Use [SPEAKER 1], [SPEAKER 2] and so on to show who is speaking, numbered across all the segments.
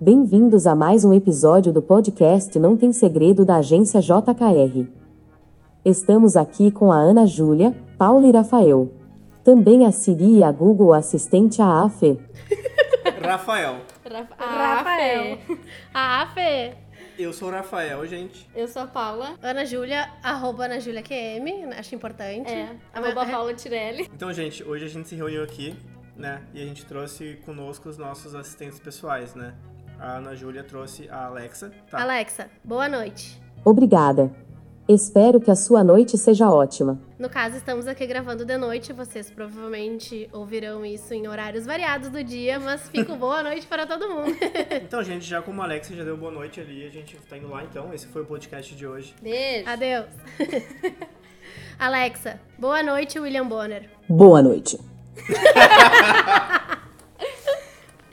[SPEAKER 1] Bem-vindos a mais um episódio do podcast Não Tem Segredo da agência JKR. Estamos aqui com a Ana Júlia, Paula e Rafael. Também a Siri e a Google Assistente a AFE.
[SPEAKER 2] Rafael.
[SPEAKER 3] Rafa- ah, a
[SPEAKER 4] Rafael.
[SPEAKER 3] Fê. A Fê.
[SPEAKER 2] Eu sou o Rafael, gente.
[SPEAKER 3] Eu sou a Paula.
[SPEAKER 4] Ana Júlia, arroba Ana Júlia QM, acho importante.
[SPEAKER 3] É,
[SPEAKER 4] A
[SPEAKER 3] arroba
[SPEAKER 4] ma-
[SPEAKER 3] Paula Tirelli.
[SPEAKER 2] Então, gente, hoje a gente se reuniu aqui, né? E a gente trouxe conosco os nossos assistentes pessoais, né? A Ana Júlia trouxe a Alexa, tá?
[SPEAKER 4] Alexa, boa noite.
[SPEAKER 1] Obrigada. Espero que a sua noite seja ótima.
[SPEAKER 4] No caso, estamos aqui gravando de noite, vocês provavelmente ouvirão isso em horários variados do dia, mas fico boa noite para todo mundo.
[SPEAKER 2] Então, gente, já como a Alexa já deu boa noite ali, a gente tá indo lá então. Esse foi o podcast de hoje.
[SPEAKER 3] Beijo.
[SPEAKER 4] Adeus. Alexa, boa noite, William Bonner.
[SPEAKER 1] Boa noite.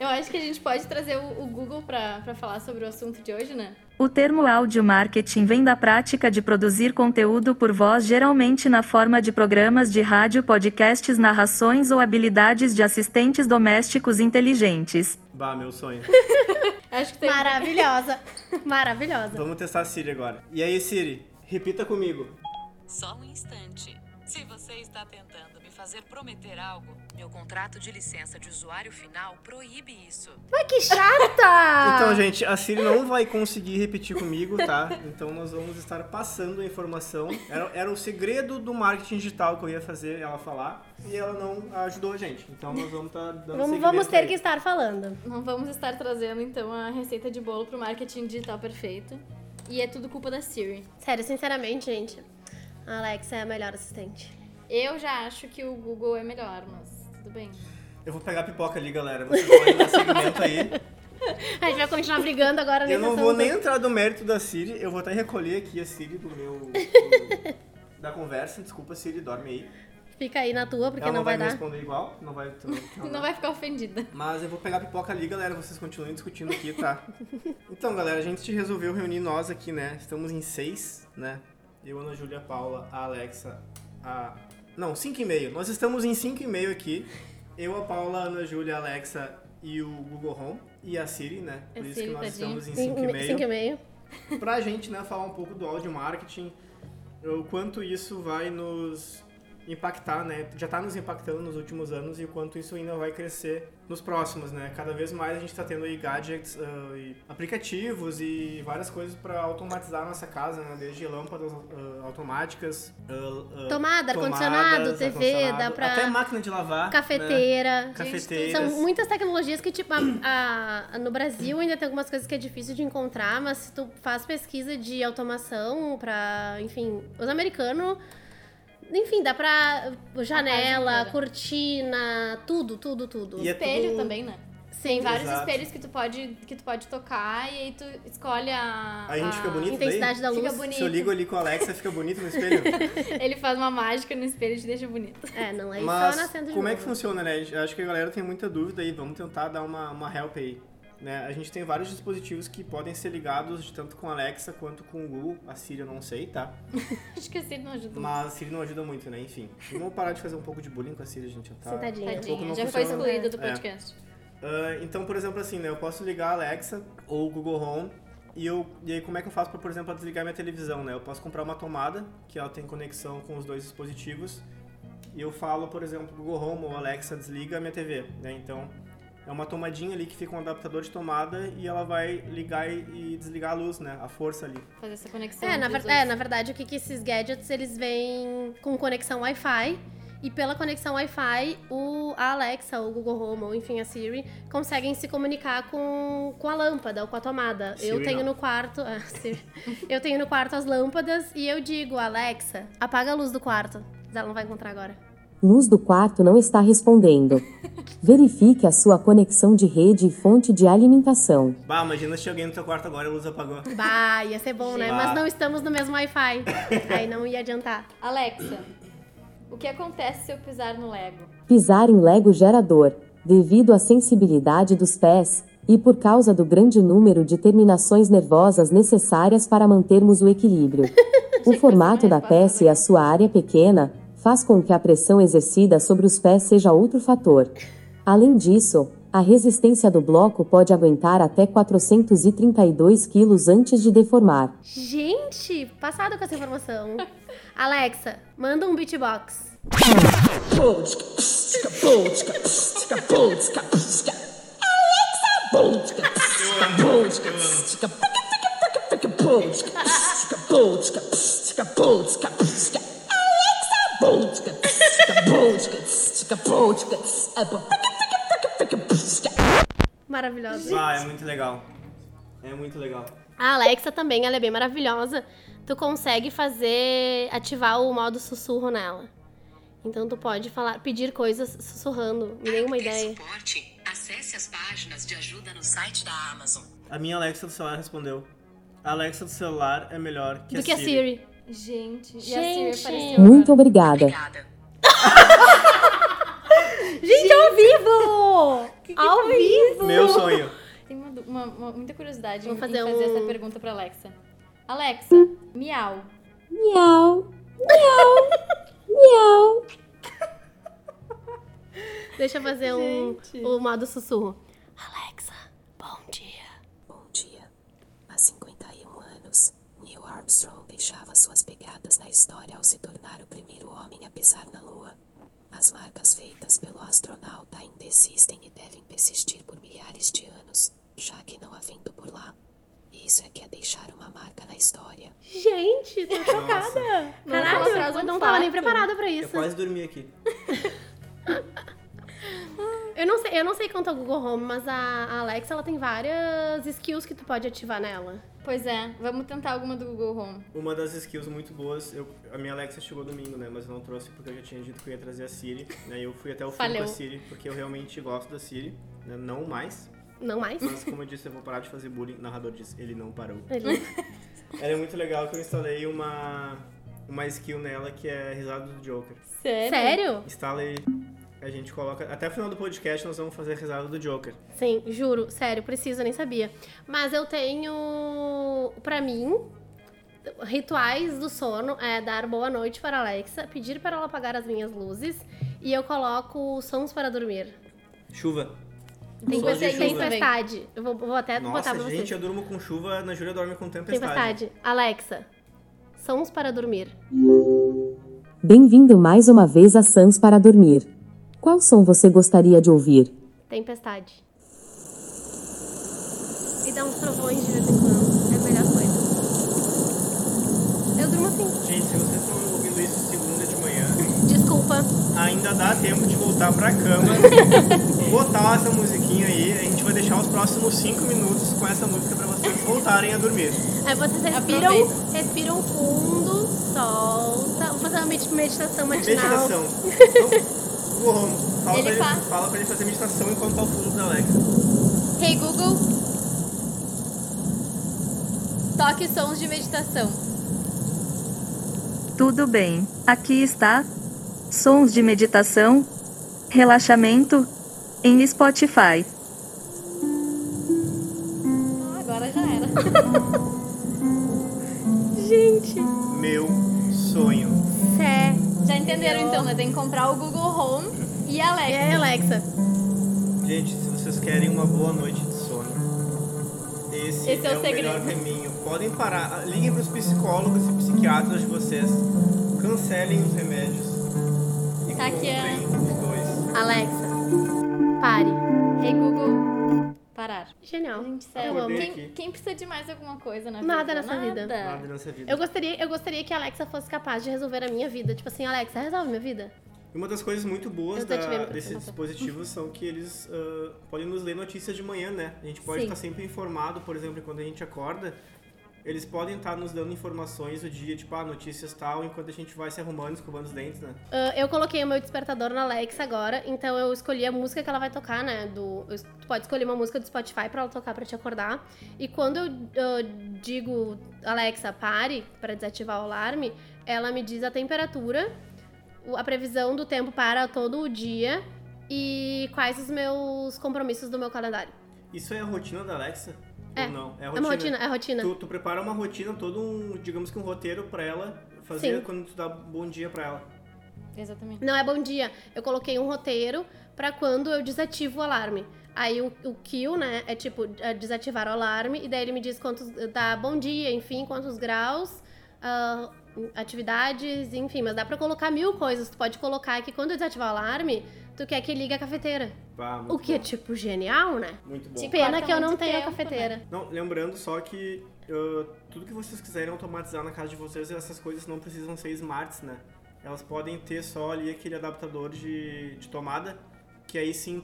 [SPEAKER 3] Eu acho que a gente pode trazer o, o Google pra, pra falar sobre o assunto de hoje, né?
[SPEAKER 5] O termo áudio marketing vem da prática de produzir conteúdo por voz, geralmente na forma de programas de rádio, podcasts, narrações ou habilidades de assistentes domésticos inteligentes.
[SPEAKER 2] Bah, meu sonho.
[SPEAKER 3] Acho que tem.
[SPEAKER 4] Maravilhosa. Maravilhosa.
[SPEAKER 2] Vamos testar a Siri agora. E aí, Siri, repita comigo.
[SPEAKER 6] Só um instante. Se você está tentando me fazer prometer algo, meu contrato de licença de usuário final proíbe isso.
[SPEAKER 4] Mas que chata!
[SPEAKER 2] Então, gente, a Siri não vai conseguir repetir comigo, tá? Então nós vamos estar passando a informação. Era, era o segredo do marketing digital que eu ia fazer ela falar. E ela não ajudou a gente. Então nós vamos estar dando
[SPEAKER 4] Vamos,
[SPEAKER 2] seguimento
[SPEAKER 4] vamos ter
[SPEAKER 2] aí.
[SPEAKER 4] que estar falando.
[SPEAKER 3] Não vamos estar trazendo, então, a receita de bolo pro marketing digital perfeito. E é tudo culpa da Siri.
[SPEAKER 4] Sério, sinceramente, gente, a Alexa é a melhor assistente.
[SPEAKER 3] Eu já acho que o Google é melhor, mas tudo bem.
[SPEAKER 2] Eu vou pegar a pipoca ali, galera. Vocês podem dar segmento aí.
[SPEAKER 4] A gente vai continuar brigando agora
[SPEAKER 2] Eu
[SPEAKER 4] nesse
[SPEAKER 2] não vou
[SPEAKER 4] assunto.
[SPEAKER 2] nem entrar no mérito da Siri. Eu vou até recolher aqui a Siri do meu... do- da conversa. Desculpa, Siri, dorme aí.
[SPEAKER 4] Fica aí na tua, porque
[SPEAKER 2] ela não,
[SPEAKER 4] não
[SPEAKER 2] vai,
[SPEAKER 4] vai
[SPEAKER 2] me
[SPEAKER 4] dar.
[SPEAKER 2] responder igual. Não né? vai...
[SPEAKER 3] Não vai ficar ofendida.
[SPEAKER 2] Mas eu vou pegar a pipoca ali, galera. Vocês continuem discutindo aqui, tá? então, galera, a gente resolveu reunir nós aqui, né? Estamos em seis, né? Eu, Ana Júlia, Paula, a Alexa, a. Não, cinco e meio. Nós estamos em cinco e meio aqui. Eu, a Paula, a Ana Júlia, a Alexa e o Google Home. E a Siri, né? Por
[SPEAKER 3] A
[SPEAKER 2] isso
[SPEAKER 3] Siri,
[SPEAKER 2] que nós
[SPEAKER 3] tadinha.
[SPEAKER 2] estamos em cinco e meio.
[SPEAKER 4] Cinco e meio.
[SPEAKER 2] Pra gente, né, falar um pouco do áudio marketing, o quanto isso vai nos impactar, né? Já tá nos impactando nos últimos anos e o quanto isso ainda vai crescer nos próximos, né? Cada vez mais a gente tá tendo aí gadgets ah, e aplicativos e várias coisas para automatizar a nossa casa, né? Desde lâmpadas ah, automáticas, ah, ah,
[SPEAKER 4] Tomada, ar-condicionado,
[SPEAKER 2] tomadas,
[SPEAKER 4] TV,
[SPEAKER 2] ar-condicionado,
[SPEAKER 4] dá pra.
[SPEAKER 2] Até máquina de lavar, né?
[SPEAKER 4] Cafeteira. São
[SPEAKER 2] Cafeteiras.
[SPEAKER 4] muitas tecnologias que, tipo, a- a- no Brasil ainda tem algumas coisas que é difícil de encontrar, mas se tu faz pesquisa de automação pra, enfim, os americanos, enfim, dá pra janela,
[SPEAKER 3] inteira.
[SPEAKER 4] cortina, tudo, tudo, tudo.
[SPEAKER 2] E é
[SPEAKER 3] Espelho
[SPEAKER 2] tudo-
[SPEAKER 3] também, né?
[SPEAKER 4] Sim,
[SPEAKER 3] Tem vários
[SPEAKER 2] Exato.
[SPEAKER 3] espelhos que tu pode que tu pode tocar e aí tu escolhe a
[SPEAKER 2] Aí a gente fica bonito daí?
[SPEAKER 4] Ah, intensidade da luz.
[SPEAKER 3] Fica
[SPEAKER 2] Se eu ligo ali com a Alexa, fica bonito no espelho.
[SPEAKER 3] Ele faz uma mágica no espelho e te deixa bonito.
[SPEAKER 4] É, não é
[SPEAKER 2] Mas
[SPEAKER 4] só nascendo de
[SPEAKER 2] como é
[SPEAKER 4] novo.
[SPEAKER 2] que funciona, né? Eu Acho que a galera tem muita dúvida aí, vamos tentar dar uma, uma help aí. Né? A gente tem vários dispositivos que podem ser ligados de tanto com a Alexa quanto com o Google. A Siri eu não sei, tá?
[SPEAKER 3] Acho que assim não
[SPEAKER 4] Uhum.
[SPEAKER 3] ajuda.
[SPEAKER 2] Mas a Siri não ajuda muito, né? Enfim, vamos parar de fazer um pouco de bullying com a Siri, gente. ela Tá...
[SPEAKER 4] Sentadinha.
[SPEAKER 2] daqui a pouco
[SPEAKER 3] Tadinha,
[SPEAKER 2] não
[SPEAKER 3] já foi
[SPEAKER 2] funciona.
[SPEAKER 3] excluída do
[SPEAKER 2] É.
[SPEAKER 3] podcast.
[SPEAKER 2] Ah, então, por exemplo, assim, né? Eu posso ligar a Alexa ou o Google Home e, eu, e aí como é que eu faço, pra, por exemplo, pra desligar minha televisão, né? Eu posso comprar uma tomada que ela tem conexão com os dois dispositivos e eu falo, por exemplo, Google Home ou Alexa desliga a minha TV, né? Então, é uma tomadinha ali que fica um adaptador de tomada e ela vai ligar e, e desligar a luz, né? A força ali.
[SPEAKER 3] Fazer essa conexão.
[SPEAKER 4] É na,
[SPEAKER 3] entre os
[SPEAKER 4] ver- é,
[SPEAKER 3] dois.
[SPEAKER 4] na verdade, o que, que esses gadgets, eles vêm com conexão Wi-Fi. E pela conexão Wi-Fi, o, a Alexa, o Google Home, ou enfim, a Siri, conseguem se comunicar com, com a lâmpada ou com a tomada. eu
[SPEAKER 2] Siri
[SPEAKER 4] tenho
[SPEAKER 2] não.
[SPEAKER 4] no quarto... ah, Siri. eu tenho no quarto as lâmpadas e eu digo, Alexa, apaga a luz do quarto. Mas Ela não vai encontrar agora.
[SPEAKER 1] Luz do quarto não está respondendo. Verifique a sua conexão de rede e fonte de alimentação.
[SPEAKER 2] Bah, imagina se alguém no teu quarto agora e a luz apagou.
[SPEAKER 4] Bah, ia ser bom, né?
[SPEAKER 2] Bah.
[SPEAKER 4] Mas não estamos no mesmo Wi-Fi. Aí não ia adiantar.
[SPEAKER 3] é, Alexa, o que acontece se eu pisar no Lego?
[SPEAKER 1] Pisar em Lego gerador. Devido à sensibilidade dos pés, e por causa do grande número de terminações nervosas necessárias para mantermos o equilíbrio. O formato da peça e a sua área pequena faz com que a pressão exercida sobre os pés seja outro fator. Além disso, a resistência do bloco pode aguentar até 432 quilos antes de deformar.
[SPEAKER 4] Gente, passado com essa informação. Alexa, manda um beatbox. Maravilhosa.
[SPEAKER 2] Ah, é muito legal. É muito legal.
[SPEAKER 4] A Alexa também, ela é bem maravilhosa. Tu consegue fazer ativar o modo sussurro nela. Então tu pode falar, pedir coisas sussurrando, me dê uma
[SPEAKER 6] Para ter
[SPEAKER 4] ideia.
[SPEAKER 6] suporte, acesse as páginas de ajuda no site da Amazon.
[SPEAKER 2] A minha Alexa do celular respondeu. A Alexa do celular é melhor que
[SPEAKER 4] Do
[SPEAKER 2] a
[SPEAKER 4] que a
[SPEAKER 2] Siri.
[SPEAKER 4] Siri.
[SPEAKER 3] Gente, e a
[SPEAKER 4] Gente.
[SPEAKER 3] Siri apareceu.
[SPEAKER 1] Muito
[SPEAKER 3] agora.
[SPEAKER 1] obrigada.
[SPEAKER 6] Obrigada.
[SPEAKER 4] Gente, ao vivo!
[SPEAKER 3] Que que
[SPEAKER 4] ao
[SPEAKER 3] foi
[SPEAKER 4] vivo!
[SPEAKER 2] Meu sonho.
[SPEAKER 3] Tem uma, du- uma- uma- muita curiosidade
[SPEAKER 4] Vou
[SPEAKER 3] em
[SPEAKER 4] fazer
[SPEAKER 3] em fazer
[SPEAKER 4] um-
[SPEAKER 3] essa pergunta pra Alexa. Alexa, miau.
[SPEAKER 1] Miau, miau, miau.
[SPEAKER 4] Deixa eu fazer um,
[SPEAKER 3] Gente.
[SPEAKER 4] o modo sussurro. Alexa, bom dia.
[SPEAKER 1] Bom dia. Há 51 anos, Neil Armstrong deixava suas pegadas na história ao se tornar o primeiro homem a pisar na Lua. As marcas feitas pelo astronauta ainda existem e devem persistir por milhares de anos, já que não havendo por lá. Isso é que é deixar uma marca na história.
[SPEAKER 4] Gente, tô
[SPEAKER 2] Nossa.
[SPEAKER 4] chocada.
[SPEAKER 3] Nossa,
[SPEAKER 4] Caralho,
[SPEAKER 3] ela traz um
[SPEAKER 4] eu não tava nem
[SPEAKER 3] fato.
[SPEAKER 4] preparada pra
[SPEAKER 2] Eu
[SPEAKER 4] isso.
[SPEAKER 2] quase dormi aqui.
[SPEAKER 4] Eu não sei, eu não sei quanto é o Google Home, mas a a Alexa, ela tem várias skills que tu pode ativar nela.
[SPEAKER 3] Pois é, vamos tentar alguma do Google Home.
[SPEAKER 2] Uma das skills muito boas, eu, a minha Alexa chegou domingo, né? Mas eu não trouxe porque eu já tinha dito que eu ia trazer a Siri. Né, eu fui até o fim com
[SPEAKER 3] Falhou.
[SPEAKER 2] a Siri, porque eu realmente gosto da Siri. né, Não mais.
[SPEAKER 4] Não mais?
[SPEAKER 2] Mas como eu disse, eu vou parar de fazer bullying. O narrador disse, ele não parou.
[SPEAKER 4] Ele-
[SPEAKER 2] Ela é muito legal que eu instalei uma, uma skill nela que é a risada do Joker.
[SPEAKER 3] Sério?
[SPEAKER 4] Sério?
[SPEAKER 2] Instala e a gente coloca. Até o final do podcast nós vamos fazer a risada do Joker.
[SPEAKER 4] Sim, juro, sério, preciso, eu nem sabia. Mas eu tenho, pra mim, rituais do sono é dar boa noite para a Alexa, pedir para ela apagar as minhas luzes e eu coloco sons para dormir.
[SPEAKER 2] Chuva.
[SPEAKER 3] Tem
[SPEAKER 2] Som de
[SPEAKER 3] você-
[SPEAKER 2] chuva.
[SPEAKER 3] tem também.
[SPEAKER 4] Tempestade. Eu vou, É, vou até botar
[SPEAKER 2] Nossa,
[SPEAKER 4] pra vocês.
[SPEAKER 2] gente, eu durmo com chuva, a Ana Júlia dorme com tempestade.
[SPEAKER 4] Tempestade. Alexa, sons para dormir.
[SPEAKER 1] Bem-vindo mais uma vez a Sans para dormir. Qual som você gostaria de ouvir?
[SPEAKER 4] Tempestade. E dá uns trovões de vez em quando. É a melhor coisa. Eu durmo assim.
[SPEAKER 2] Gente, se vocês estão ouvindo isso segunda de manhã,
[SPEAKER 4] Desculpa.
[SPEAKER 2] ainda dá tempo de voltar pra cama, botar essa musiquinha aí. A gente vai deixar os próximos 5 minutos com essa música pra vocês voltarem a dormir.
[SPEAKER 4] Aí vocês respiram,
[SPEAKER 3] Aproveita.
[SPEAKER 4] respiram fundo, solta. Vou fazer uma med- meditação matinal.
[SPEAKER 2] Meditação. Então, o Romo, fala,
[SPEAKER 3] Ele
[SPEAKER 2] pra ele,
[SPEAKER 3] faz.
[SPEAKER 2] fala pra ele fazer meditação enquanto tá o fundo da Alexa.
[SPEAKER 3] Hey Google, toque sons de meditação.
[SPEAKER 5] Tudo bem, aqui está. Sons de meditação, relaxamento, em Spotify.
[SPEAKER 3] Ah, Agora já era.
[SPEAKER 4] Gente,
[SPEAKER 2] Meu sonho.
[SPEAKER 4] sé.
[SPEAKER 3] Já entenderam então, né? Tem que comprar o Google Home e a
[SPEAKER 4] E
[SPEAKER 3] Alexa.
[SPEAKER 4] aí, Alexa?
[SPEAKER 2] Gente, se vocês querem uma boa noite de sono, esse,
[SPEAKER 3] Esse é o
[SPEAKER 2] o, melhor
[SPEAKER 3] segredo.
[SPEAKER 2] caminho. Podem parar, ah, liguem pros psicólogos e psiquiatras de vocês, cancelem os remédios e
[SPEAKER 3] Tá aqui a-
[SPEAKER 2] comprem
[SPEAKER 4] é.
[SPEAKER 2] os dois.
[SPEAKER 4] Alexa, pare.
[SPEAKER 3] Hey Google, parar.
[SPEAKER 4] Genial.
[SPEAKER 3] Gente, sério.
[SPEAKER 4] Eu amo.
[SPEAKER 2] Acordei
[SPEAKER 3] Quem,
[SPEAKER 2] aqui.
[SPEAKER 3] quem precisa de mais alguma coisa na vida?
[SPEAKER 4] Nada nessa vida.
[SPEAKER 2] Nada nessa vida.
[SPEAKER 4] É. Eu gostaria, eu gostaria que a Alexa fosse capaz de resolver a minha vida. Tipo assim, Alexa, resolve minha vida.
[SPEAKER 2] E Uma das coisas muito boas
[SPEAKER 4] Eu tô
[SPEAKER 2] da-
[SPEAKER 4] te vendo,
[SPEAKER 2] desses
[SPEAKER 4] professor.
[SPEAKER 2] dispositivos são que eles ah, podem nos ler notícias de manhã, né? A gente pode
[SPEAKER 3] Sim.
[SPEAKER 2] estar sempre informado, por exemplo, quando a gente acorda, eles podem estar nos dando informações do dia, tipo, ah, notícias tal, enquanto a gente vai se arrumando, escovando os dentes, né?
[SPEAKER 4] Ah, eu coloquei o meu despertador na Alexa agora, então eu escolhi a música que ela vai tocar, né? Do, eu es- tu pode escolher uma música do Spotify pra ela tocar pra te acordar. E quando eu ah, digo Alexa, pare pra desativar o alarme, ela me diz a temperatura, o- a previsão do tempo para todo o dia e quais os meus compromissos do meu calendário.
[SPEAKER 2] Isso é a rotina da Alexa?
[SPEAKER 4] É.
[SPEAKER 2] Ou não?
[SPEAKER 4] É uma rotina, é rotina.
[SPEAKER 2] Tu, tu prepara uma rotina, todo um, digamos que um roteiro pra ela fazer
[SPEAKER 4] Sim.
[SPEAKER 2] quando tu dá bom dia pra ela.
[SPEAKER 3] Exatamente.
[SPEAKER 4] Não é bom dia. Eu coloquei um roteiro pra quando eu desativo o alarme. Aí o, o kill, né, é tipo é desativar o alarme e daí ele me diz quantos dá bom dia, enfim, quantos graus, ah, atividades, enfim, mas dá pra colocar mil coisas. Tu pode colocar que quando eu desativar o alarme, tu quer que ligue a cafeteira.
[SPEAKER 2] Pá, muito
[SPEAKER 4] O que é
[SPEAKER 2] bom.
[SPEAKER 4] tipo genial, né?
[SPEAKER 2] Muito bom.
[SPEAKER 3] Sim.
[SPEAKER 4] Pena
[SPEAKER 3] Corta
[SPEAKER 4] que eu não
[SPEAKER 3] muito
[SPEAKER 4] tenho a
[SPEAKER 3] tempo, né?
[SPEAKER 4] cafeteira.
[SPEAKER 2] Não, lembrando só que ah, tudo que vocês quiserem automatizar na casa de vocês, essas coisas não precisam ser smarts, né? Elas podem ter só ali aquele adaptador de, de tomada, que aí sim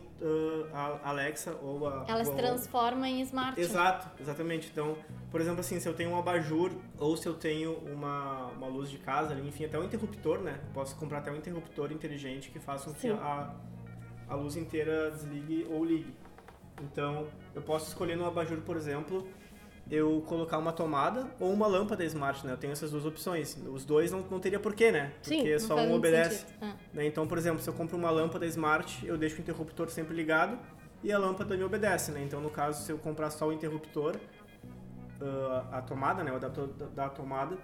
[SPEAKER 2] ah, a Alexa ou a.
[SPEAKER 3] Ela se
[SPEAKER 2] ou-
[SPEAKER 3] transforma em smart.
[SPEAKER 2] Exato, exatamente. Então, por exemplo, assim, se eu tenho um abajur ou se eu tenho uma, uma luz de casa, ali, enfim, até um interruptor, né? Posso comprar até um interruptor inteligente que faça com que
[SPEAKER 4] Sim.
[SPEAKER 2] a, a luz inteira desligue ou ligue. Então, eu posso escolher no abajur, por exemplo, eu colocar uma tomada ou uma lâmpada smart, né? Eu tenho essas duas opções. Os dois não, não teria porquê, né?
[SPEAKER 4] Sim,
[SPEAKER 2] Porque
[SPEAKER 3] Não
[SPEAKER 2] só
[SPEAKER 3] faz
[SPEAKER 2] um
[SPEAKER 3] muito
[SPEAKER 2] obedece.
[SPEAKER 3] sentido. Ah.
[SPEAKER 2] Né? Então, por exemplo, se eu compro uma lâmpada smart, eu deixo o interruptor sempre ligado e a lâmpada me obedece, né? Então, no caso, se eu comprar só o interruptor, ah, a tomada, né? O adaptador da- da tomada,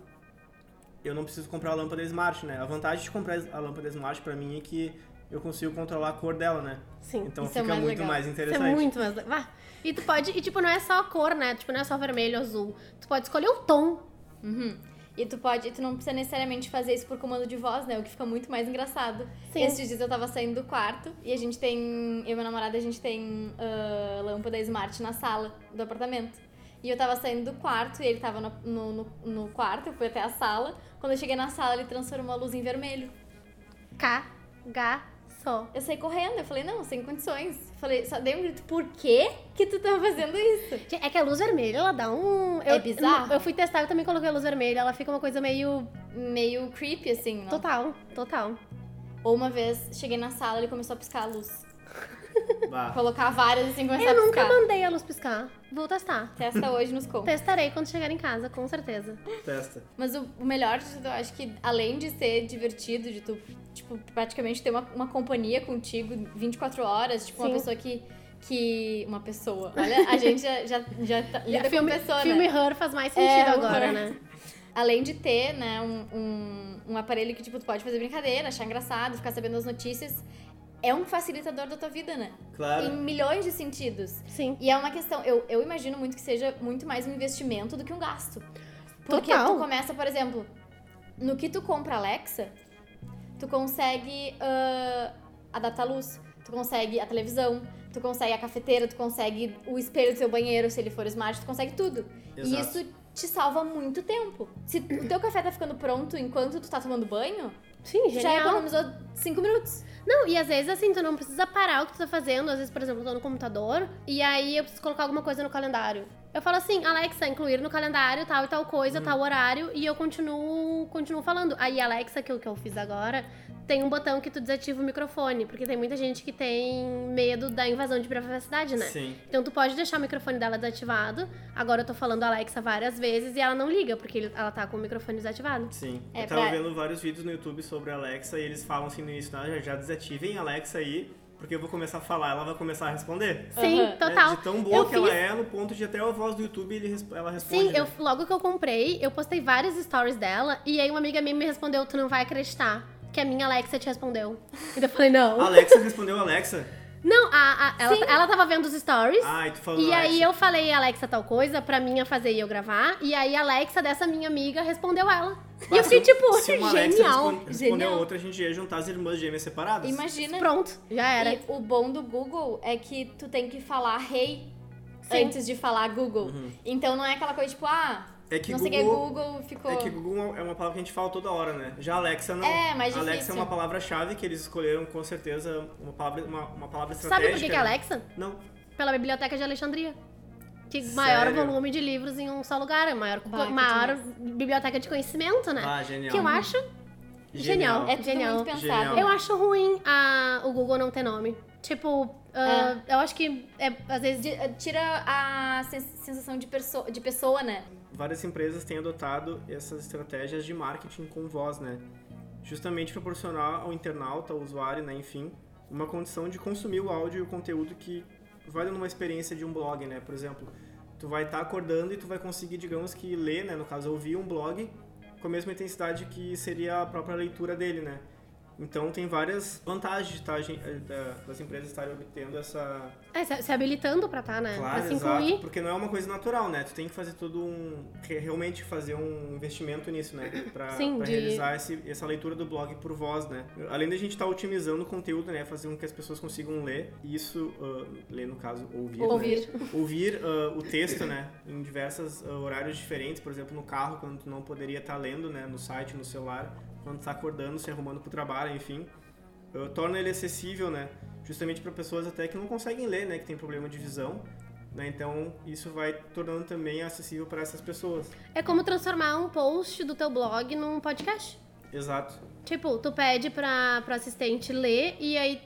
[SPEAKER 2] eu não preciso comprar a lâmpada smart, né? A vantagem de comprar a lâmpada smart pra mim é que eu consigo controlar a cor dela, né?
[SPEAKER 4] Sim.
[SPEAKER 2] Então
[SPEAKER 3] Isso é
[SPEAKER 2] fica
[SPEAKER 3] mais
[SPEAKER 2] muito
[SPEAKER 3] legal.
[SPEAKER 2] mais
[SPEAKER 4] Isso é
[SPEAKER 2] interessante.
[SPEAKER 4] muito mais. Vá. E tu pode. E tipo, não é só a cor, né? Tipo, não é só vermelho, azul. Tu pode escolher o tom.
[SPEAKER 3] Uhum. E tu pode, tu não precisa necessariamente fazer isso por comando de voz, né? O que fica muito mais engraçado.
[SPEAKER 4] Sim.
[SPEAKER 3] Esses dias eu tava saindo do quarto e a gente tem. Eu e meu namorado, a gente tem ah, lâmpada smart na sala do apartamento. E eu tava saindo do quarto e ele tava no, no, no- no quarto, eu fui até a sala. Quando eu cheguei na sala, ele transformou a luz em vermelho.
[SPEAKER 4] Cagaço.
[SPEAKER 3] Eu saí correndo, eu falei, não, sem condições. Falei, só dei um grito, por que que tu tá fazendo isso?
[SPEAKER 4] Gente, É que a luz vermelha, ela dá um.
[SPEAKER 3] É
[SPEAKER 4] eu-
[SPEAKER 3] bizarro.
[SPEAKER 4] Eu fui testar, eu também coloquei a luz vermelha. Ela fica uma coisa meio.
[SPEAKER 3] Meio creepy, assim, não?
[SPEAKER 4] Total, total.
[SPEAKER 3] Ou uma vez, cheguei na sala, ele começou a piscar a luz.
[SPEAKER 2] Bah.
[SPEAKER 3] Colocar várias, assim, começar
[SPEAKER 4] eu
[SPEAKER 3] a
[SPEAKER 4] nunca
[SPEAKER 3] piscar.
[SPEAKER 4] mandei a luz piscar. Vou testar.
[SPEAKER 3] Testa hoje nos conta.
[SPEAKER 4] Testarei quando chegar em casa, com certeza.
[SPEAKER 2] Testa.
[SPEAKER 3] Mas o, o melhor de tudo, eu acho que além de ser divertido, de tu, tipo, praticamente ter uma, uma companhia contigo 24 horas, tipo, uma
[SPEAKER 4] Sim.
[SPEAKER 3] pessoa que. que uma pessoa. Olha, a gente já, já, já tá, lida
[SPEAKER 4] filme,
[SPEAKER 3] com pessoa,
[SPEAKER 4] filme
[SPEAKER 3] né?
[SPEAKER 4] horror faz mais
[SPEAKER 3] É,
[SPEAKER 4] sentido agora,
[SPEAKER 3] horror.
[SPEAKER 4] né?
[SPEAKER 3] Além de ter, né, um, um, um aparelho que, tipo, tu pode fazer brincadeira, achar engraçado, ficar sabendo as notícias. É um facilitador da tua vida, né?
[SPEAKER 2] Claro.
[SPEAKER 3] Em milhões de sentidos.
[SPEAKER 4] Sim.
[SPEAKER 3] E é uma questão, eu, eu imagino muito que seja muito mais um investimento do que um gasto. Porque
[SPEAKER 4] Total.
[SPEAKER 3] tu começa, por exemplo, no que tu compra Alexa, tu consegue ah, adaptar a luz, tu consegue a televisão, tu consegue a cafeteira, tu consegue o espelho do seu banheiro, se ele for smart, tu consegue tudo. E
[SPEAKER 2] Exato.
[SPEAKER 3] isso te salva muito tempo. Se o teu café tá ficando pronto enquanto tu tá tomando banho,
[SPEAKER 4] Sim,
[SPEAKER 3] tu já é
[SPEAKER 4] genial.
[SPEAKER 3] economizou 5 minutos.
[SPEAKER 4] Não, e às vezes assim, tu não precisa parar o que tu tá fazendo. Às vezes, por exemplo, eu tô no computador e aí eu preciso colocar alguma coisa no calendário. Eu falo assim, Alexa, incluir no calendário tal e tal coisa,
[SPEAKER 2] Hum.
[SPEAKER 4] tal horário, e eu continuo, continuo falando. Aí, Alexa, que, o que eu fiz agora, tem um botão que tu desativa o microfone, porque tem muita gente que tem medo da invasão de privacidade, né?
[SPEAKER 2] Sim.
[SPEAKER 4] Então tu pode deixar o microfone dela desativado. Agora eu tô falando Alexa várias vezes e ela não liga, porque ele- ela tá com o microfone desativado.
[SPEAKER 2] Sim.
[SPEAKER 3] É,
[SPEAKER 2] eu tava
[SPEAKER 3] pra-
[SPEAKER 2] vendo vários vídeos no YouTube sobre a Alexa e eles falam assim no início, "Ah, já, já desativem a Alexa aí, porque eu vou começar a falar, ela vai começar a responder.
[SPEAKER 4] Sim,
[SPEAKER 3] Aham.
[SPEAKER 4] total.
[SPEAKER 2] Né? De tão boa
[SPEAKER 4] Eu
[SPEAKER 2] que ela
[SPEAKER 4] fiz-
[SPEAKER 2] é, no ponto de até a voz do YouTube ele, res- ela responde.
[SPEAKER 4] Sim, eu,
[SPEAKER 2] né?
[SPEAKER 4] logo que eu comprei, eu postei várias stories dela e aí uma amiga minha me respondeu: Tu não vai acreditar que a minha Alexa te respondeu. E daí eu falei: Não.
[SPEAKER 2] A Alexa respondeu a Alexa.
[SPEAKER 4] Não, a, a- ela, ela tava vendo os stories.
[SPEAKER 2] Ai, tu falou
[SPEAKER 4] e aí
[SPEAKER 2] Alexa.
[SPEAKER 4] eu falei, Alexa, tal coisa, pra minha fazer e eu gravar. E aí a Alexa dessa minha amiga respondeu ela. e eu
[SPEAKER 2] Mas se- um-
[SPEAKER 4] fiquei tipo,
[SPEAKER 2] se uma Alexa
[SPEAKER 4] genial.
[SPEAKER 2] respon- respondeu a
[SPEAKER 3] Genial.
[SPEAKER 2] outra, a gente ia juntar as irmãs gêmeas separadas.
[SPEAKER 3] Imagina.
[SPEAKER 4] Pronto, já era.
[SPEAKER 3] né? E o bom do Google é que tu tem que falar rei
[SPEAKER 4] Sim.
[SPEAKER 3] antes de falar Google. Então não é aquela coisa tipo, ah,
[SPEAKER 2] Uhum. É que
[SPEAKER 3] não sei o que
[SPEAKER 2] Google...
[SPEAKER 3] Google ficou.
[SPEAKER 2] É que Google é uma palavra que a gente fala toda hora, né? Já Alexa não.
[SPEAKER 3] É, mais
[SPEAKER 2] Alexa é
[SPEAKER 3] difícil.
[SPEAKER 2] uma palavra-chave que eles escolheram com certeza, uma palavra, uma, uma palavra
[SPEAKER 4] Sabe
[SPEAKER 2] estratégica.
[SPEAKER 4] por que, que é
[SPEAKER 2] né?
[SPEAKER 4] Alexa?
[SPEAKER 2] Não.
[SPEAKER 4] Pela Biblioteca de Alexandria. Que maior
[SPEAKER 2] Sério?
[SPEAKER 4] volume de livros em um só lugar, é maior,
[SPEAKER 3] Bah, que
[SPEAKER 4] maior biblioteca de conhecimento, né?
[SPEAKER 2] Ah, genial.
[SPEAKER 4] Que eu acho genial.
[SPEAKER 3] É tudo
[SPEAKER 4] Genial.
[SPEAKER 3] muito pensado.
[SPEAKER 2] Genial.
[SPEAKER 4] Eu acho ruim a- o Google não ter nome. Tipo, ah, eu acho que é, às vezes. de-
[SPEAKER 3] De- eh, Tira a sen- sensação de, perso- de pessoa, né?
[SPEAKER 2] várias empresas têm adotado essas estratégias de marketing com voz, né? Justamente proporcionar ao internauta, ao usuário, né, enfim, uma condição de consumir o áudio e o conteúdo que vai dando uma experiência de um blog, né? Por exemplo, tu vai estar acordando e tu vai conseguir, digamos que, ler, né? No caso, ouvir um blog com a mesma intensidade que seria a própria leitura dele, né? Então tem várias vantagens tá, gen- eh, da- das empresas estarem obtendo essa,
[SPEAKER 4] É, se, se habilitando pra tá, né?
[SPEAKER 2] Claro,
[SPEAKER 4] pra se
[SPEAKER 2] exato,
[SPEAKER 4] incluir.
[SPEAKER 2] porque não é uma coisa natural, né? Tu tem que fazer todo um. re- Realmente fazer um investimento nisso, né? Pra,
[SPEAKER 4] Sim,
[SPEAKER 2] pra
[SPEAKER 4] de-
[SPEAKER 2] realizar esse- essa leitura do blog por voz, né? Além da gente estar otimizando o conteúdo, né? Fazer com que as pessoas consigam ler, isso, ah, ler no caso, ouvir. né?
[SPEAKER 4] Ouvir.
[SPEAKER 2] Ouvir ah, o texto, né? Em diversos ah, horários diferentes, por exemplo, no carro, quando tu não poderia estar lendo, né? No site, no celular, quando tu tá acordando, se arrumando pro trabalho, enfim. Ah, torna ele acessível, né? Justamente para pessoas até que não conseguem ler, né? Que tem problema de visão. Né? Então, isso vai tornando também acessível para essas pessoas.
[SPEAKER 4] É como transformar um post do teu blog num podcast.
[SPEAKER 2] Exato.
[SPEAKER 4] Tipo, tu pede pra, pro assistente ler e aí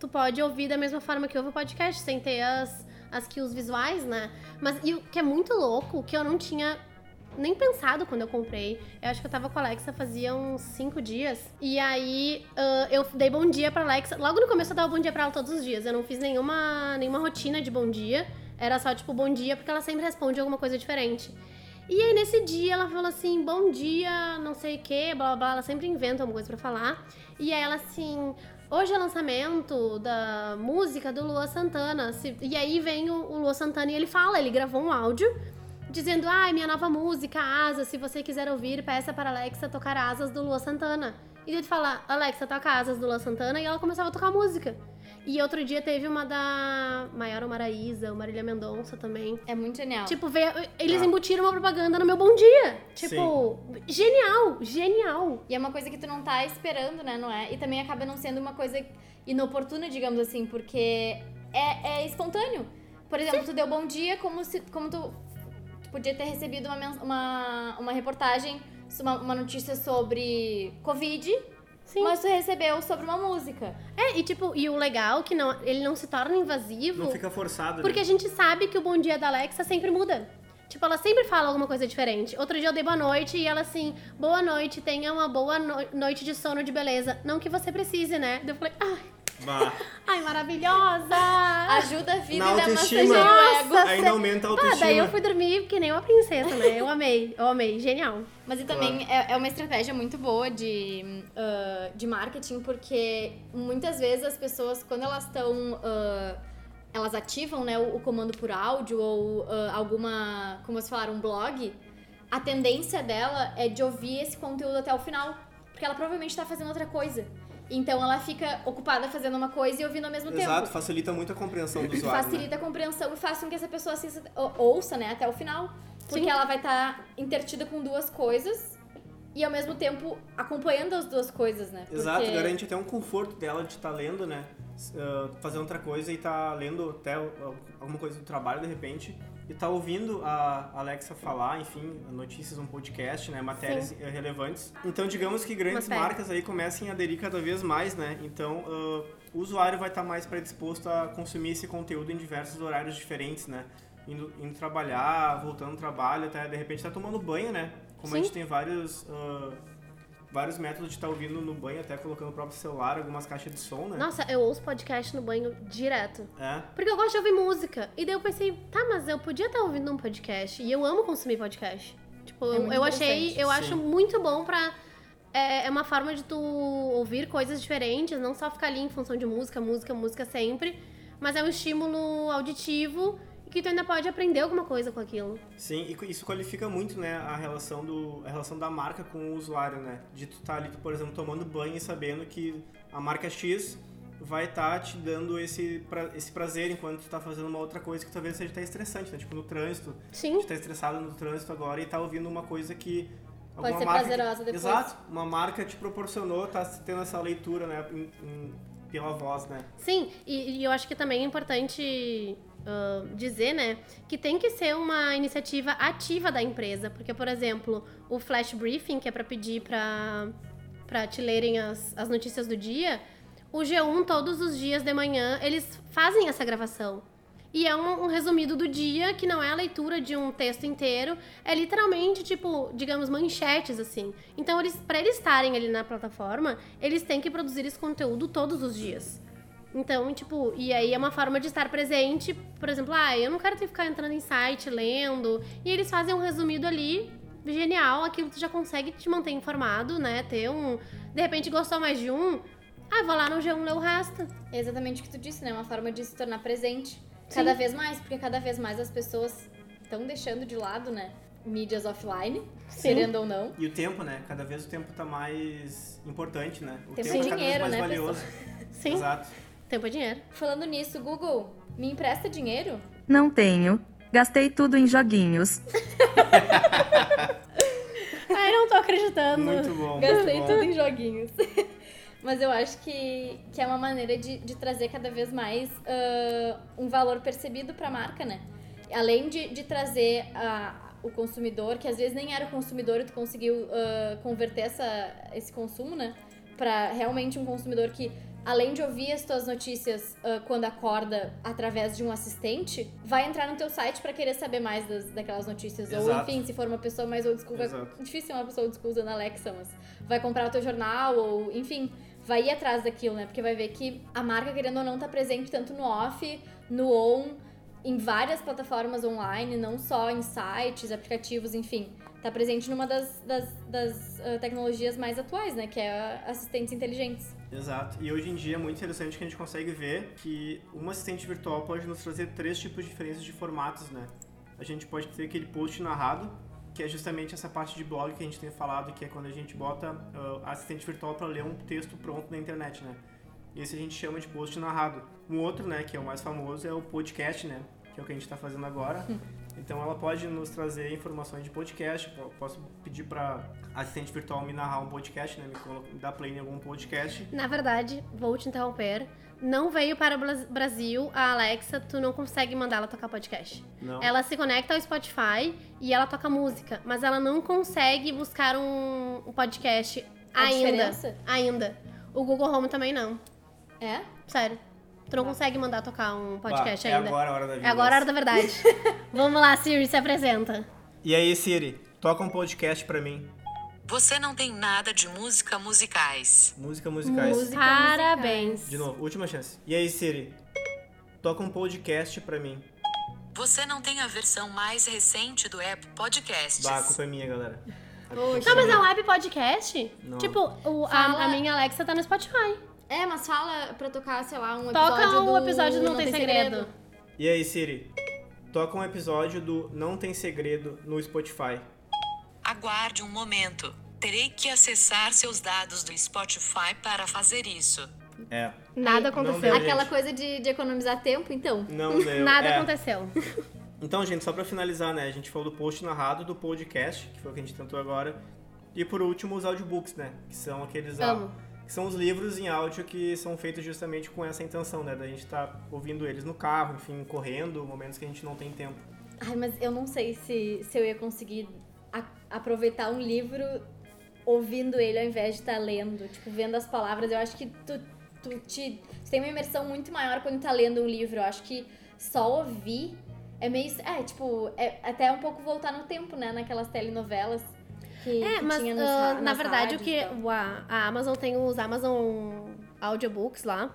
[SPEAKER 4] tu pode ouvir da mesma forma que ouve o podcast, sem ter as, as cues visuais, né? Mas e o que é muito louco, que eu não tinha nem pensado quando eu comprei. Eu acho que eu tava com a Alexa fazia uns cinco dias. E aí ah, eu dei bom dia pra Alexa. Logo no começo eu dava bom dia pra ela todos os dias. Eu não fiz nenhuma, nenhuma rotina de bom dia. Era só tipo bom dia, porque ela sempre responde alguma coisa diferente. E aí nesse dia ela falou assim, bom dia, não sei o que, blá blá blá, ela sempre inventa alguma coisa pra falar. E aí ela assim, hoje é lançamento da música do Lua Santana. Se- E aí vem o, o Lua Santana e ele fala, ele gravou um áudio dizendo, ai, minha nova música, Asa, se você quiser ouvir, peça para Alexa tocar Asas do Lua Santana. E daí tu fala, Alexa, toca Asas do Lua Santana, e ela começava a tocar música. E outro dia teve uma da Maiara Maraíza, o Marília Mendonça também.
[SPEAKER 3] É muito genial.
[SPEAKER 4] Tipo, veio- eles
[SPEAKER 2] Tá.
[SPEAKER 4] embutiram uma propaganda no meu bom dia. Tipo, genial, genial.
[SPEAKER 3] E é uma coisa que tu não tá esperando, né? Não é? E também acaba não sendo uma coisa inoportuna, digamos assim, porque é, é espontâneo. Por exemplo, tu deu bom dia como se como tu, tu podia ter recebido uma, mens- uma, uma reportagem, uma, uma notícia sobre Covid,
[SPEAKER 4] Sim.
[SPEAKER 3] mas tu recebeu sobre uma música.
[SPEAKER 4] É, e tipo, e o legal é que não, ele não se torna invasivo,
[SPEAKER 3] Uhum.
[SPEAKER 2] Não fica forçado.
[SPEAKER 4] porque
[SPEAKER 2] né?
[SPEAKER 4] a gente sabe que o bom dia da Alexa sempre muda. Tipo, ela sempre fala alguma coisa diferente. Outro dia eu dei boa noite e ela assim, boa noite, tenha uma boa no- noite de sono de beleza. Não que você precise, né? Daí Eu falei, ai,
[SPEAKER 2] Bah,
[SPEAKER 4] ai maravilhosa! Ah,
[SPEAKER 3] Ajuda a vida
[SPEAKER 2] Na
[SPEAKER 3] é e dá massagem
[SPEAKER 2] autoestima.
[SPEAKER 3] no ego.
[SPEAKER 4] Nossa,
[SPEAKER 2] ainda aumenta a
[SPEAKER 4] Ah, daí eu
[SPEAKER 2] autoestima.
[SPEAKER 4] fui dormir que nem uma princesa, né? Eu amei, eu amei, genial.
[SPEAKER 3] Mas e também é, é uma estratégia muito boa de, ah, de marketing, porque muitas vezes as pessoas, quando elas estão. ah, elas ativam né, o, o comando por áudio ou ah, alguma. Como vocês falaram, um blog, a tendência dela é de ouvir esse conteúdo até o final. Porque ela provavelmente está fazendo outra coisa. Então ela fica ocupada fazendo uma coisa e ouvindo ao mesmo
[SPEAKER 2] Exato,
[SPEAKER 3] tempo.
[SPEAKER 2] facilita muito a compreensão do usuário. né?
[SPEAKER 3] Facilita a compreensão e faz com que essa pessoa assista, ou- ouça, né, até o final. Porque
[SPEAKER 4] Sim.
[SPEAKER 3] ela vai estar intertida com duas coisas e ao mesmo tempo acompanhando as duas coisas, né?
[SPEAKER 2] Exato,
[SPEAKER 3] Porque-
[SPEAKER 2] garante até um conforto dela de estar lendo, né? S- ah, fazendo outra coisa e tá lendo até o- al- alguma coisa do trabalho de repente e tá ouvindo a Alexa falar, enfim, notícias, um podcast, né, matérias eh, relevantes. Então, digamos que grandes
[SPEAKER 4] Matéria.
[SPEAKER 2] marcas aí comecem a aderir cada vez mais, né? Então, ah, o usuário vai estar mais predisposto a consumir esse conteúdo em diversos horários diferentes, né? Indo, indo trabalhar, voltando do trabalho, até de repente tá tomando banho, né? Como a
[SPEAKER 4] Sim.
[SPEAKER 2] gente tem vários ah, vários métodos de estar ouvindo no banho, até colocando o próprio celular, algumas caixas de som, né?
[SPEAKER 4] Nossa, eu ouço podcast no banho direto.
[SPEAKER 2] É.
[SPEAKER 4] Porque eu gosto de ouvir música. E daí eu pensei, tá, mas eu podia estar ouvindo um podcast. E eu amo consumir podcast. Tipo, eu,
[SPEAKER 3] É muito
[SPEAKER 4] eu achei,
[SPEAKER 3] interessante.
[SPEAKER 4] eu
[SPEAKER 2] Sim.
[SPEAKER 4] acho muito bom pra. É, é uma forma de tu ouvir coisas diferentes, não só ficar ali em função de música, música, música sempre. Mas é um estímulo auditivo e que tu ainda pode aprender alguma coisa com aquilo.
[SPEAKER 2] Sim, e isso qualifica muito, né, a relação, do, a relação da marca com o usuário, né? De tu estar ali, por exemplo, tomando banho e sabendo que a marca X vai estar te dando esse, pra- esse prazer enquanto tu tá fazendo uma outra coisa que talvez seja até estressante, né? Tipo, no trânsito. A
[SPEAKER 4] Sim.
[SPEAKER 2] gente tá estressado no trânsito agora e tá ouvindo uma coisa que...
[SPEAKER 3] Pode
[SPEAKER 2] alguma
[SPEAKER 3] ser
[SPEAKER 2] marca
[SPEAKER 3] prazerosa depois.
[SPEAKER 2] Exato. Uma marca te proporcionou, tá tendo essa leitura, né, em- em- pela voz, né?
[SPEAKER 4] Sim, e, e eu acho que também é importante ah, dizer, né, que tem que ser uma iniciativa ativa da empresa, porque, por exemplo, o flash briefing, que é para pedir para para te lerem as, as notícias do dia, o G1 todos os dias de manhã eles fazem essa gravação. E é um, um resumido do dia, que não é a leitura de um texto inteiro, é literalmente, tipo, digamos, manchetes, assim. Então, eles, para eles estarem ali na plataforma, eles têm que produzir esse conteúdo todos os dias. Então, tipo, e aí é uma forma de estar presente. Por exemplo, ah, eu não quero ter que ficar entrando em site, lendo. E eles fazem um resumido ali, genial, aquilo tu já consegue te manter informado, né? Ter um. De repente gostou mais de um. Ah, vou lá no G1 ler o resto.
[SPEAKER 3] É exatamente o que tu disse, né? Uma forma de se tornar presente. Cada
[SPEAKER 4] Sim.
[SPEAKER 3] vez mais, porque cada vez mais as pessoas estão deixando de lado, né? Mídias offline,
[SPEAKER 4] Sim.
[SPEAKER 3] querendo ou não.
[SPEAKER 2] E o tempo, né? Cada vez o tempo tá mais importante, né? O
[SPEAKER 3] Tempo
[SPEAKER 2] tempo
[SPEAKER 3] é
[SPEAKER 2] cada vez
[SPEAKER 3] dinheiro,
[SPEAKER 2] mais
[SPEAKER 3] né,
[SPEAKER 2] valioso.
[SPEAKER 4] Sim.
[SPEAKER 2] Exato.
[SPEAKER 4] Tempo é dinheiro.
[SPEAKER 3] Falando nisso, Google, me empresta dinheiro?
[SPEAKER 5] Não tenho. Gastei tudo em joguinhos.
[SPEAKER 4] Ai, não tô acreditando.
[SPEAKER 2] Muito bom.
[SPEAKER 3] Gastei
[SPEAKER 2] muito bom.
[SPEAKER 3] tudo em joguinhos. Mas eu acho que, que é uma maneira de, de trazer cada vez mais ah, um valor percebido pra marca, né? Além de, de trazer a, o consumidor, que às vezes nem era o consumidor e tu conseguiu ah, converter essa, esse consumo, né? Pra realmente um consumidor que, além de ouvir as tuas notícias ah, quando acorda através de um assistente, vai entrar no teu site pra querer saber mais das, daquelas notícias. Ou,
[SPEAKER 2] Exato.
[SPEAKER 3] enfim, se for uma pessoa mais old school, vai-
[SPEAKER 2] Exato.
[SPEAKER 3] difícil ser uma pessoa old school usando Alexa, mas vai comprar o teu jornal ou, enfim, vai ir atrás daquilo, né? Porque vai ver que a marca, querendo ou não, tá presente tanto no off, no on, em várias plataformas online, não só em sites, aplicativos, enfim. Tá presente numa das, das, das ah, tecnologias mais atuais, né? Que é assistentes inteligentes.
[SPEAKER 2] Exato. E hoje em dia é muito interessante que a gente consegue ver que uma assistente virtual pode nos trazer três tipos diferentes de formatos, né? A gente pode ter aquele post narrado, que é justamente essa parte de blog que a gente tem falado, que é quando a gente bota ah, a assistente virtual para ler um texto pronto na internet, né? Esse a gente chama de post narrado. Um outro, né, que é o mais famoso, é o podcast, né? Que é o que a gente está fazendo agora. Então ela pode nos trazer informações de podcast. Eu posso pedir para assistente virtual me narrar um podcast, né? Me colo- me dar play em algum podcast.
[SPEAKER 4] Na verdade, vou te interromper. Não veio para o Bras- Brasil a Alexa, tu não consegue mandar ela tocar podcast.
[SPEAKER 2] Não.
[SPEAKER 4] Ela se conecta ao Spotify e ela toca música, mas ela não consegue buscar um, um podcast
[SPEAKER 3] A
[SPEAKER 4] ainda.
[SPEAKER 3] diferença?
[SPEAKER 4] Ainda. O Google Home também não.
[SPEAKER 3] É?
[SPEAKER 4] Sério. Tu não consegue mandar tocar um
[SPEAKER 2] Pá,
[SPEAKER 4] podcast
[SPEAKER 2] Tá. é
[SPEAKER 4] ainda.
[SPEAKER 2] agora a hora da
[SPEAKER 4] É agora a hora
[SPEAKER 2] vingança.
[SPEAKER 4] da verdade. Vamos lá, Siri, se apresenta.
[SPEAKER 2] E aí, Siri, toca um podcast pra mim.
[SPEAKER 6] Você não tem nada de música musicais.
[SPEAKER 2] Música musicais.
[SPEAKER 3] Música.
[SPEAKER 4] Parabéns.
[SPEAKER 2] De novo, última chance. E aí, Siri, toca um podcast pra mim.
[SPEAKER 6] Você não tem a versão mais recente do app Podcasts.
[SPEAKER 2] Bah, a culpa é minha, galera.
[SPEAKER 4] Não, mas é um app podcast?
[SPEAKER 2] Não.
[SPEAKER 4] Tipo, o-
[SPEAKER 3] Fala-
[SPEAKER 4] a, a minha Alexa tá no Spotify.
[SPEAKER 3] É, mas fala pra tocar, sei lá, um episódio
[SPEAKER 4] Toca um
[SPEAKER 3] do
[SPEAKER 4] episódio do Não Tem Segredo.
[SPEAKER 2] E aí, Siri, toca um episódio do Não Tem Segredo no Spotify.
[SPEAKER 6] Aguarde um momento. Terei que acessar seus dados do Spotify para fazer isso.
[SPEAKER 2] É. Não
[SPEAKER 4] Nada aconteceu.
[SPEAKER 2] deu.
[SPEAKER 3] Aquela coisa de, de economizar tempo, então.
[SPEAKER 2] Não deu.
[SPEAKER 4] Nada
[SPEAKER 2] é.
[SPEAKER 4] aconteceu.
[SPEAKER 2] Então, gente, só pra finalizar, né? A gente falou do post narrado, do podcast, que foi o que a gente tentou agora. E por último, os audiobooks, né? Que são aqueles. au-
[SPEAKER 4] Amo.
[SPEAKER 2] Que são os livros em áudio que são feitos justamente com essa intenção, né? Da gente estar ouvindo eles no carro, enfim, correndo, momentos que a gente não tem tempo.
[SPEAKER 3] Ai, mas eu não sei se, se eu ia conseguir a- aproveitar um livro ouvindo ele ao invés de estar lendo, tipo, vendo as palavras. Eu acho que tu, tu te. Tu tem uma imersão muito maior quando tá lendo um livro. Eu acho que só ouvir é meio. É, tipo, é até um pouco voltar no tempo, né? Naquelas telenovelas que,
[SPEAKER 4] É,
[SPEAKER 3] que
[SPEAKER 4] mas
[SPEAKER 3] tinha nos,
[SPEAKER 4] ah,
[SPEAKER 3] ra-
[SPEAKER 4] na
[SPEAKER 3] nas
[SPEAKER 4] verdade o
[SPEAKER 3] rádios então.
[SPEAKER 4] que
[SPEAKER 3] e tal.
[SPEAKER 4] o- a, a Amazon tem os Amazon audiobooks lá.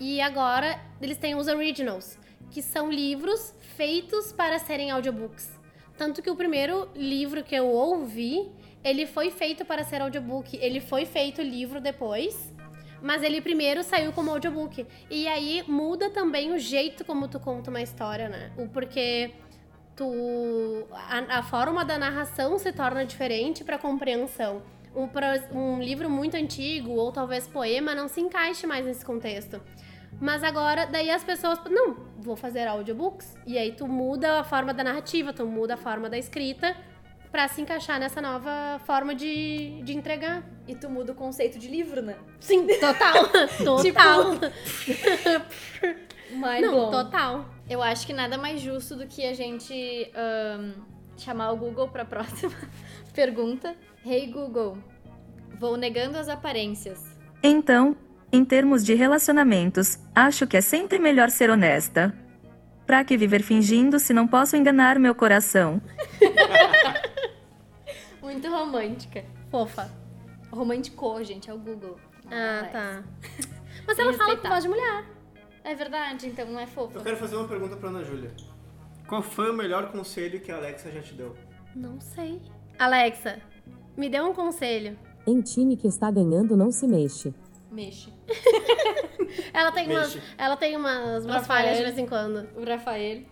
[SPEAKER 4] E agora eles têm os originals, que são livros feitos para serem audiobooks. Tanto que o primeiro livro que eu ouvi, ele foi feito para ser audiobook, ele foi feito livro depois. Mas ele primeiro saiu como audiobook. E aí muda também o jeito como tu conta uma história, né? O porquê tu a, a forma da narração se torna diferente para compreensão. Um, pra- um livro muito antigo ou talvez poema não se encaixe mais nesse contexto. Mas agora, daí as pessoas, não, vou fazer audiobooks e aí tu muda a forma da narrativa, tu muda a forma da escrita para se encaixar nessa nova forma de, de entregar.
[SPEAKER 3] E tu muda o conceito de livro, né?
[SPEAKER 4] Sim, total, Tipo, total.
[SPEAKER 3] Mind
[SPEAKER 4] não,
[SPEAKER 3] blown.
[SPEAKER 4] total.
[SPEAKER 3] Eu acho que nada mais justo do que a gente ahn, chamar o Google para a próxima pergunta. Hey Google, vou negando as aparências.
[SPEAKER 5] Então, em termos de relacionamentos, acho que é sempre melhor ser honesta. Pra que viver fingindo se não posso enganar meu coração?
[SPEAKER 3] Muito romântica.
[SPEAKER 4] Fofa.
[SPEAKER 3] Romanticou, gente, é o Google.
[SPEAKER 4] Ah, tá. Mas
[SPEAKER 3] Tem
[SPEAKER 4] ela
[SPEAKER 3] que
[SPEAKER 4] fala com
[SPEAKER 3] respeitar.
[SPEAKER 4] voz de mulher.
[SPEAKER 3] É verdade, então não é fofo.
[SPEAKER 2] Eu quero fazer uma pergunta pra Ana Júlia. Qual foi o melhor conselho que a Alexa já te deu?
[SPEAKER 4] Não sei. Alexa, me dê um conselho.
[SPEAKER 1] Em time que está ganhando, não se mexe.
[SPEAKER 3] Mexe.
[SPEAKER 4] Ela tem umas,
[SPEAKER 2] Mexe.
[SPEAKER 4] ela tem umas, umas
[SPEAKER 3] Rafael.
[SPEAKER 4] falhas de vez em quando.
[SPEAKER 3] O Rafael.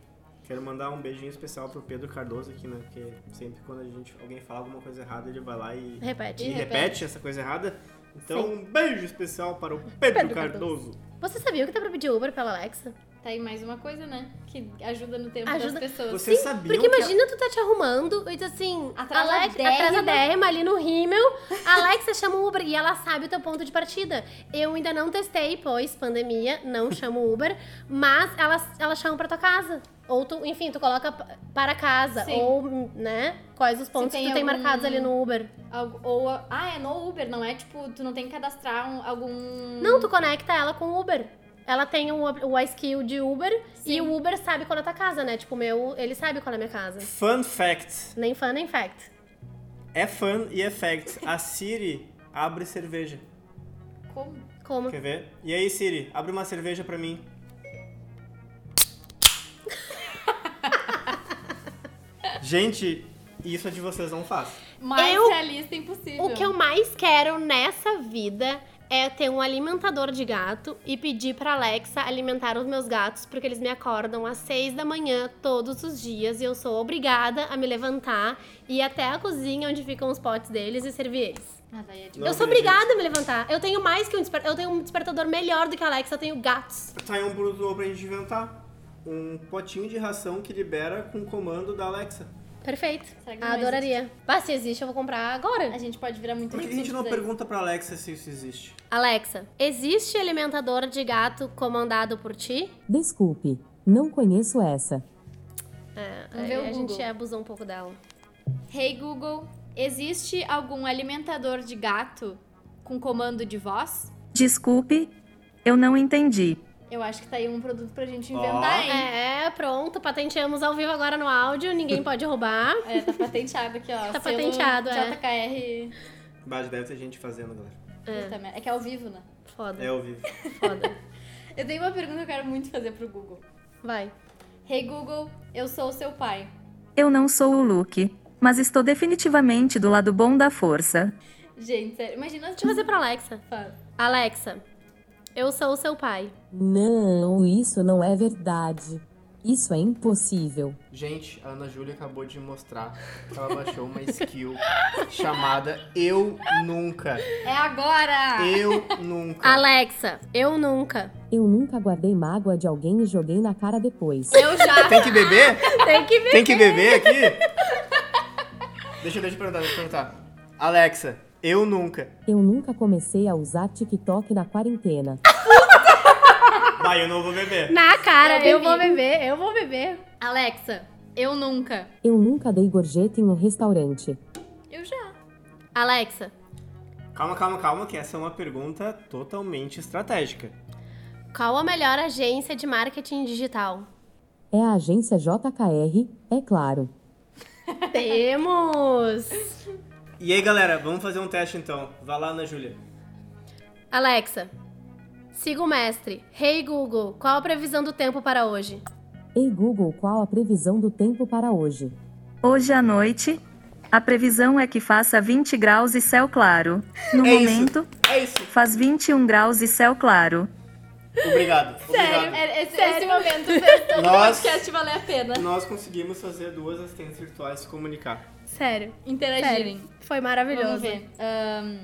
[SPEAKER 2] Quero mandar um beijinho especial pro Pedro Cardoso aqui, né? Porque sempre quando a gente, alguém fala alguma coisa errada, ele vai lá e,
[SPEAKER 4] Repete.
[SPEAKER 2] e
[SPEAKER 3] E
[SPEAKER 2] repete.
[SPEAKER 3] repete.
[SPEAKER 2] essa coisa errada. Então, um beijo especial para o Pedro,
[SPEAKER 4] Pedro Cardoso.
[SPEAKER 2] Cardoso.
[SPEAKER 4] Você sabia que dá pra pedir Uber pela Alexa?
[SPEAKER 3] Tá aí mais uma coisa, né? Que ajuda no tempo
[SPEAKER 4] Ajuda-
[SPEAKER 3] das pessoas.
[SPEAKER 2] Vocês sabiam
[SPEAKER 4] Porque
[SPEAKER 2] que é a-
[SPEAKER 4] imagina tu tá te arrumando e tu assim,
[SPEAKER 3] Atrasadérrima.
[SPEAKER 4] Alexa- atrasadérrima ali no rímel, a Alexa chama o Uber e ela sabe o teu ponto de partida. Eu ainda não testei, pois pandemia, não chamo o Uber, mas ela, ela chama pra tua casa. Ou tu, enfim, tu coloca p- para casa.
[SPEAKER 3] Sim.
[SPEAKER 4] Ou, né, quais os pontos
[SPEAKER 3] tem
[SPEAKER 4] que tu tem
[SPEAKER 3] algum-
[SPEAKER 4] marcados ali no Uber.
[SPEAKER 3] Algo- Ou, a- ah, é no Uber, não é tipo, tu não tem que cadastrar um- algum.
[SPEAKER 4] Não, tu conecta ela com o Uber. Ela tem o, o iSkill de Uber e
[SPEAKER 3] Sim.
[SPEAKER 4] o Uber sabe qual é a tua casa, né? Tipo, o meu, ele sabe qual é a minha casa.
[SPEAKER 2] Fun fact.
[SPEAKER 4] Nem fã, nem fact.
[SPEAKER 2] É fun e é fact. A Siri abre cerveja.
[SPEAKER 3] Como?
[SPEAKER 4] Como?
[SPEAKER 2] Quer ver? E aí, Siri, abre uma cerveja pra mim. Gente, isso é de vocês não faz.
[SPEAKER 3] Mais
[SPEAKER 4] Eu-
[SPEAKER 3] realista impossível.
[SPEAKER 4] O que eu mais quero nessa vida é ter um alimentador de gato e pedir pra Alexa alimentar os meus gatos, porque eles me acordam às seis da manhã todos os dias e eu sou obrigada a me levantar e ir até a cozinha onde ficam os potes deles e servir eles.
[SPEAKER 3] Ah, daí é de...
[SPEAKER 2] Não
[SPEAKER 4] eu sou
[SPEAKER 2] acredito.
[SPEAKER 4] obrigada a me levantar. Eu tenho mais que um despertador. Eu tenho um despertador melhor do que a Alexa, eu tenho gatos.
[SPEAKER 2] Tá aí um produto pra gente inventar. Um potinho de ração que libera com o comando da Alexa.
[SPEAKER 4] Perfeito.
[SPEAKER 3] Será que não
[SPEAKER 4] Adoraria. Bah, se existe, eu vou comprar agora.
[SPEAKER 3] A gente pode virar muito
[SPEAKER 2] Por é que a gente
[SPEAKER 3] rico
[SPEAKER 2] não
[SPEAKER 3] disso daí.
[SPEAKER 2] pergunta pra Alexa se isso existe?
[SPEAKER 4] Alexa, existe alimentador de gato comandado por ti?
[SPEAKER 1] Desculpe, não conheço essa.
[SPEAKER 4] É,
[SPEAKER 3] Vamos ver
[SPEAKER 4] aí
[SPEAKER 3] o
[SPEAKER 4] a gente
[SPEAKER 3] Google.
[SPEAKER 4] abusou um pouco dela.
[SPEAKER 3] Hey Google, existe algum alimentador de gato com comando de voz?
[SPEAKER 5] Desculpe, eu não entendi.
[SPEAKER 3] Eu acho que tá aí um produto pra gente
[SPEAKER 2] Ó.
[SPEAKER 3] inventar, hein?
[SPEAKER 4] É, pronto, patenteamos ao vivo agora no áudio, ninguém pode roubar.
[SPEAKER 3] É. tá patenteado aqui, ó.
[SPEAKER 4] Tá
[SPEAKER 3] selo
[SPEAKER 4] patenteado, é.
[SPEAKER 3] JKR.
[SPEAKER 2] Bah, deve ter gente fazendo, galera.
[SPEAKER 3] Puta merda. É. que é ao vivo, né?
[SPEAKER 4] Foda,
[SPEAKER 2] É ao vivo.
[SPEAKER 4] foda.
[SPEAKER 3] Eu tenho uma pergunta que eu quero muito fazer pro Google.
[SPEAKER 4] Vai.
[SPEAKER 3] Hey Google, eu sou o seu pai.
[SPEAKER 5] Eu não sou o Luke, mas estou definitivamente do lado bom da força.
[SPEAKER 3] Gente, sério, imagina as
[SPEAKER 4] Deixa eu fazer pra Alexa.
[SPEAKER 3] Fala.
[SPEAKER 4] Alexa, eu sou o seu pai.
[SPEAKER 1] Não, isso não é verdade. Isso é impossível.
[SPEAKER 2] Gente, a Ana Júlia acabou de mostrar que ela baixou uma skill chamada Eu Nunca.
[SPEAKER 3] É agora!
[SPEAKER 2] Eu Nunca.
[SPEAKER 4] Alexa, eu nunca.
[SPEAKER 1] Eu nunca guardei mágoa de alguém e joguei na cara depois.
[SPEAKER 3] Eu já!
[SPEAKER 2] Tem que beber?
[SPEAKER 4] Tem que ver.
[SPEAKER 2] Tem que beber aqui? deixa, deixa eu perguntar, deixa eu perguntar. Alexa, eu nunca.
[SPEAKER 1] Eu nunca comecei a usar TikTok na quarentena.
[SPEAKER 2] Vai, eu não vou beber.
[SPEAKER 4] Na cara,
[SPEAKER 3] Eu
[SPEAKER 4] eu vou
[SPEAKER 3] bebi.
[SPEAKER 4] beber, eu vou beber.
[SPEAKER 3] Alexa, eu nunca.
[SPEAKER 1] Eu nunca dei gorjeta em um restaurante.
[SPEAKER 3] Eu já.
[SPEAKER 4] Alexa,
[SPEAKER 2] Calma, calma, calma, que essa é uma pergunta totalmente estratégica.
[SPEAKER 4] qual a melhor agência de marketing digital?
[SPEAKER 1] É a agência JKR, é claro.
[SPEAKER 4] Temos!
[SPEAKER 2] E aí, galera, vamos fazer um teste então. Vai lá, Ana Júlia.
[SPEAKER 4] Alexa, siga o mestre. Hey Google, qual a previsão do tempo para hoje?
[SPEAKER 1] Ei Google, qual a previsão do tempo para hoje?
[SPEAKER 5] Hoje à noite, a previsão é que faça 20 graus e céu claro. No
[SPEAKER 2] É isso.
[SPEAKER 5] momento,
[SPEAKER 2] É isso.
[SPEAKER 5] faz 21 graus e céu claro.
[SPEAKER 2] Obrigado.
[SPEAKER 3] Sério,
[SPEAKER 2] Obrigado.
[SPEAKER 3] é- esse, esse momento do
[SPEAKER 2] Nós-
[SPEAKER 3] podcast valer a pena.
[SPEAKER 2] Nós conseguimos fazer duas assistentes virtuais se comunicar.
[SPEAKER 4] Sério.
[SPEAKER 3] Interagirem.
[SPEAKER 4] Sério, foi maravilhoso.
[SPEAKER 3] Vamos ver. Ahn,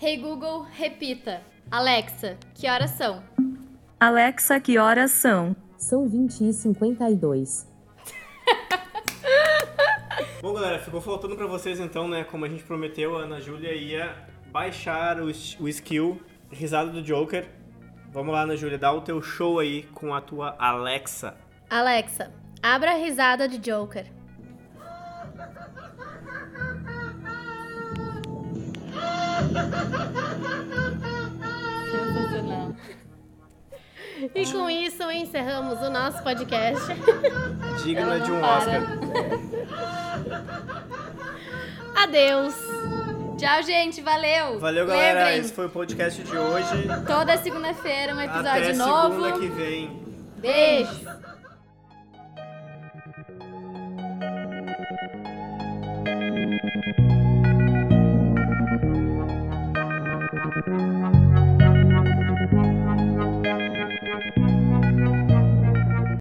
[SPEAKER 3] hey Google, repita. Alexa, que horas são?
[SPEAKER 5] Alexa, que horas são?
[SPEAKER 1] São 20 e 52.
[SPEAKER 2] Bom, galera, ficou faltando pra vocês então, né? Como a gente prometeu, a Ana Júlia ia baixar o, s- o skill Risada do Joker. Vamos lá, Ana Júlia, dá o teu show aí com a tua Alexa.
[SPEAKER 4] Alexa, abra a risada de Joker.
[SPEAKER 3] Sensacional.
[SPEAKER 4] E com isso encerramos o nosso podcast.
[SPEAKER 2] Digna
[SPEAKER 3] Ela
[SPEAKER 2] de
[SPEAKER 3] não
[SPEAKER 2] um
[SPEAKER 3] para.
[SPEAKER 2] Oscar.
[SPEAKER 4] Adeus.
[SPEAKER 3] Tchau, gente. Valeu.
[SPEAKER 2] Valeu, galera.
[SPEAKER 3] Lembrem,
[SPEAKER 2] Esse foi o podcast de hoje.
[SPEAKER 3] Toda segunda-feira um episódio
[SPEAKER 2] Até
[SPEAKER 3] novo.
[SPEAKER 2] segunda que vem.
[SPEAKER 3] Beijo.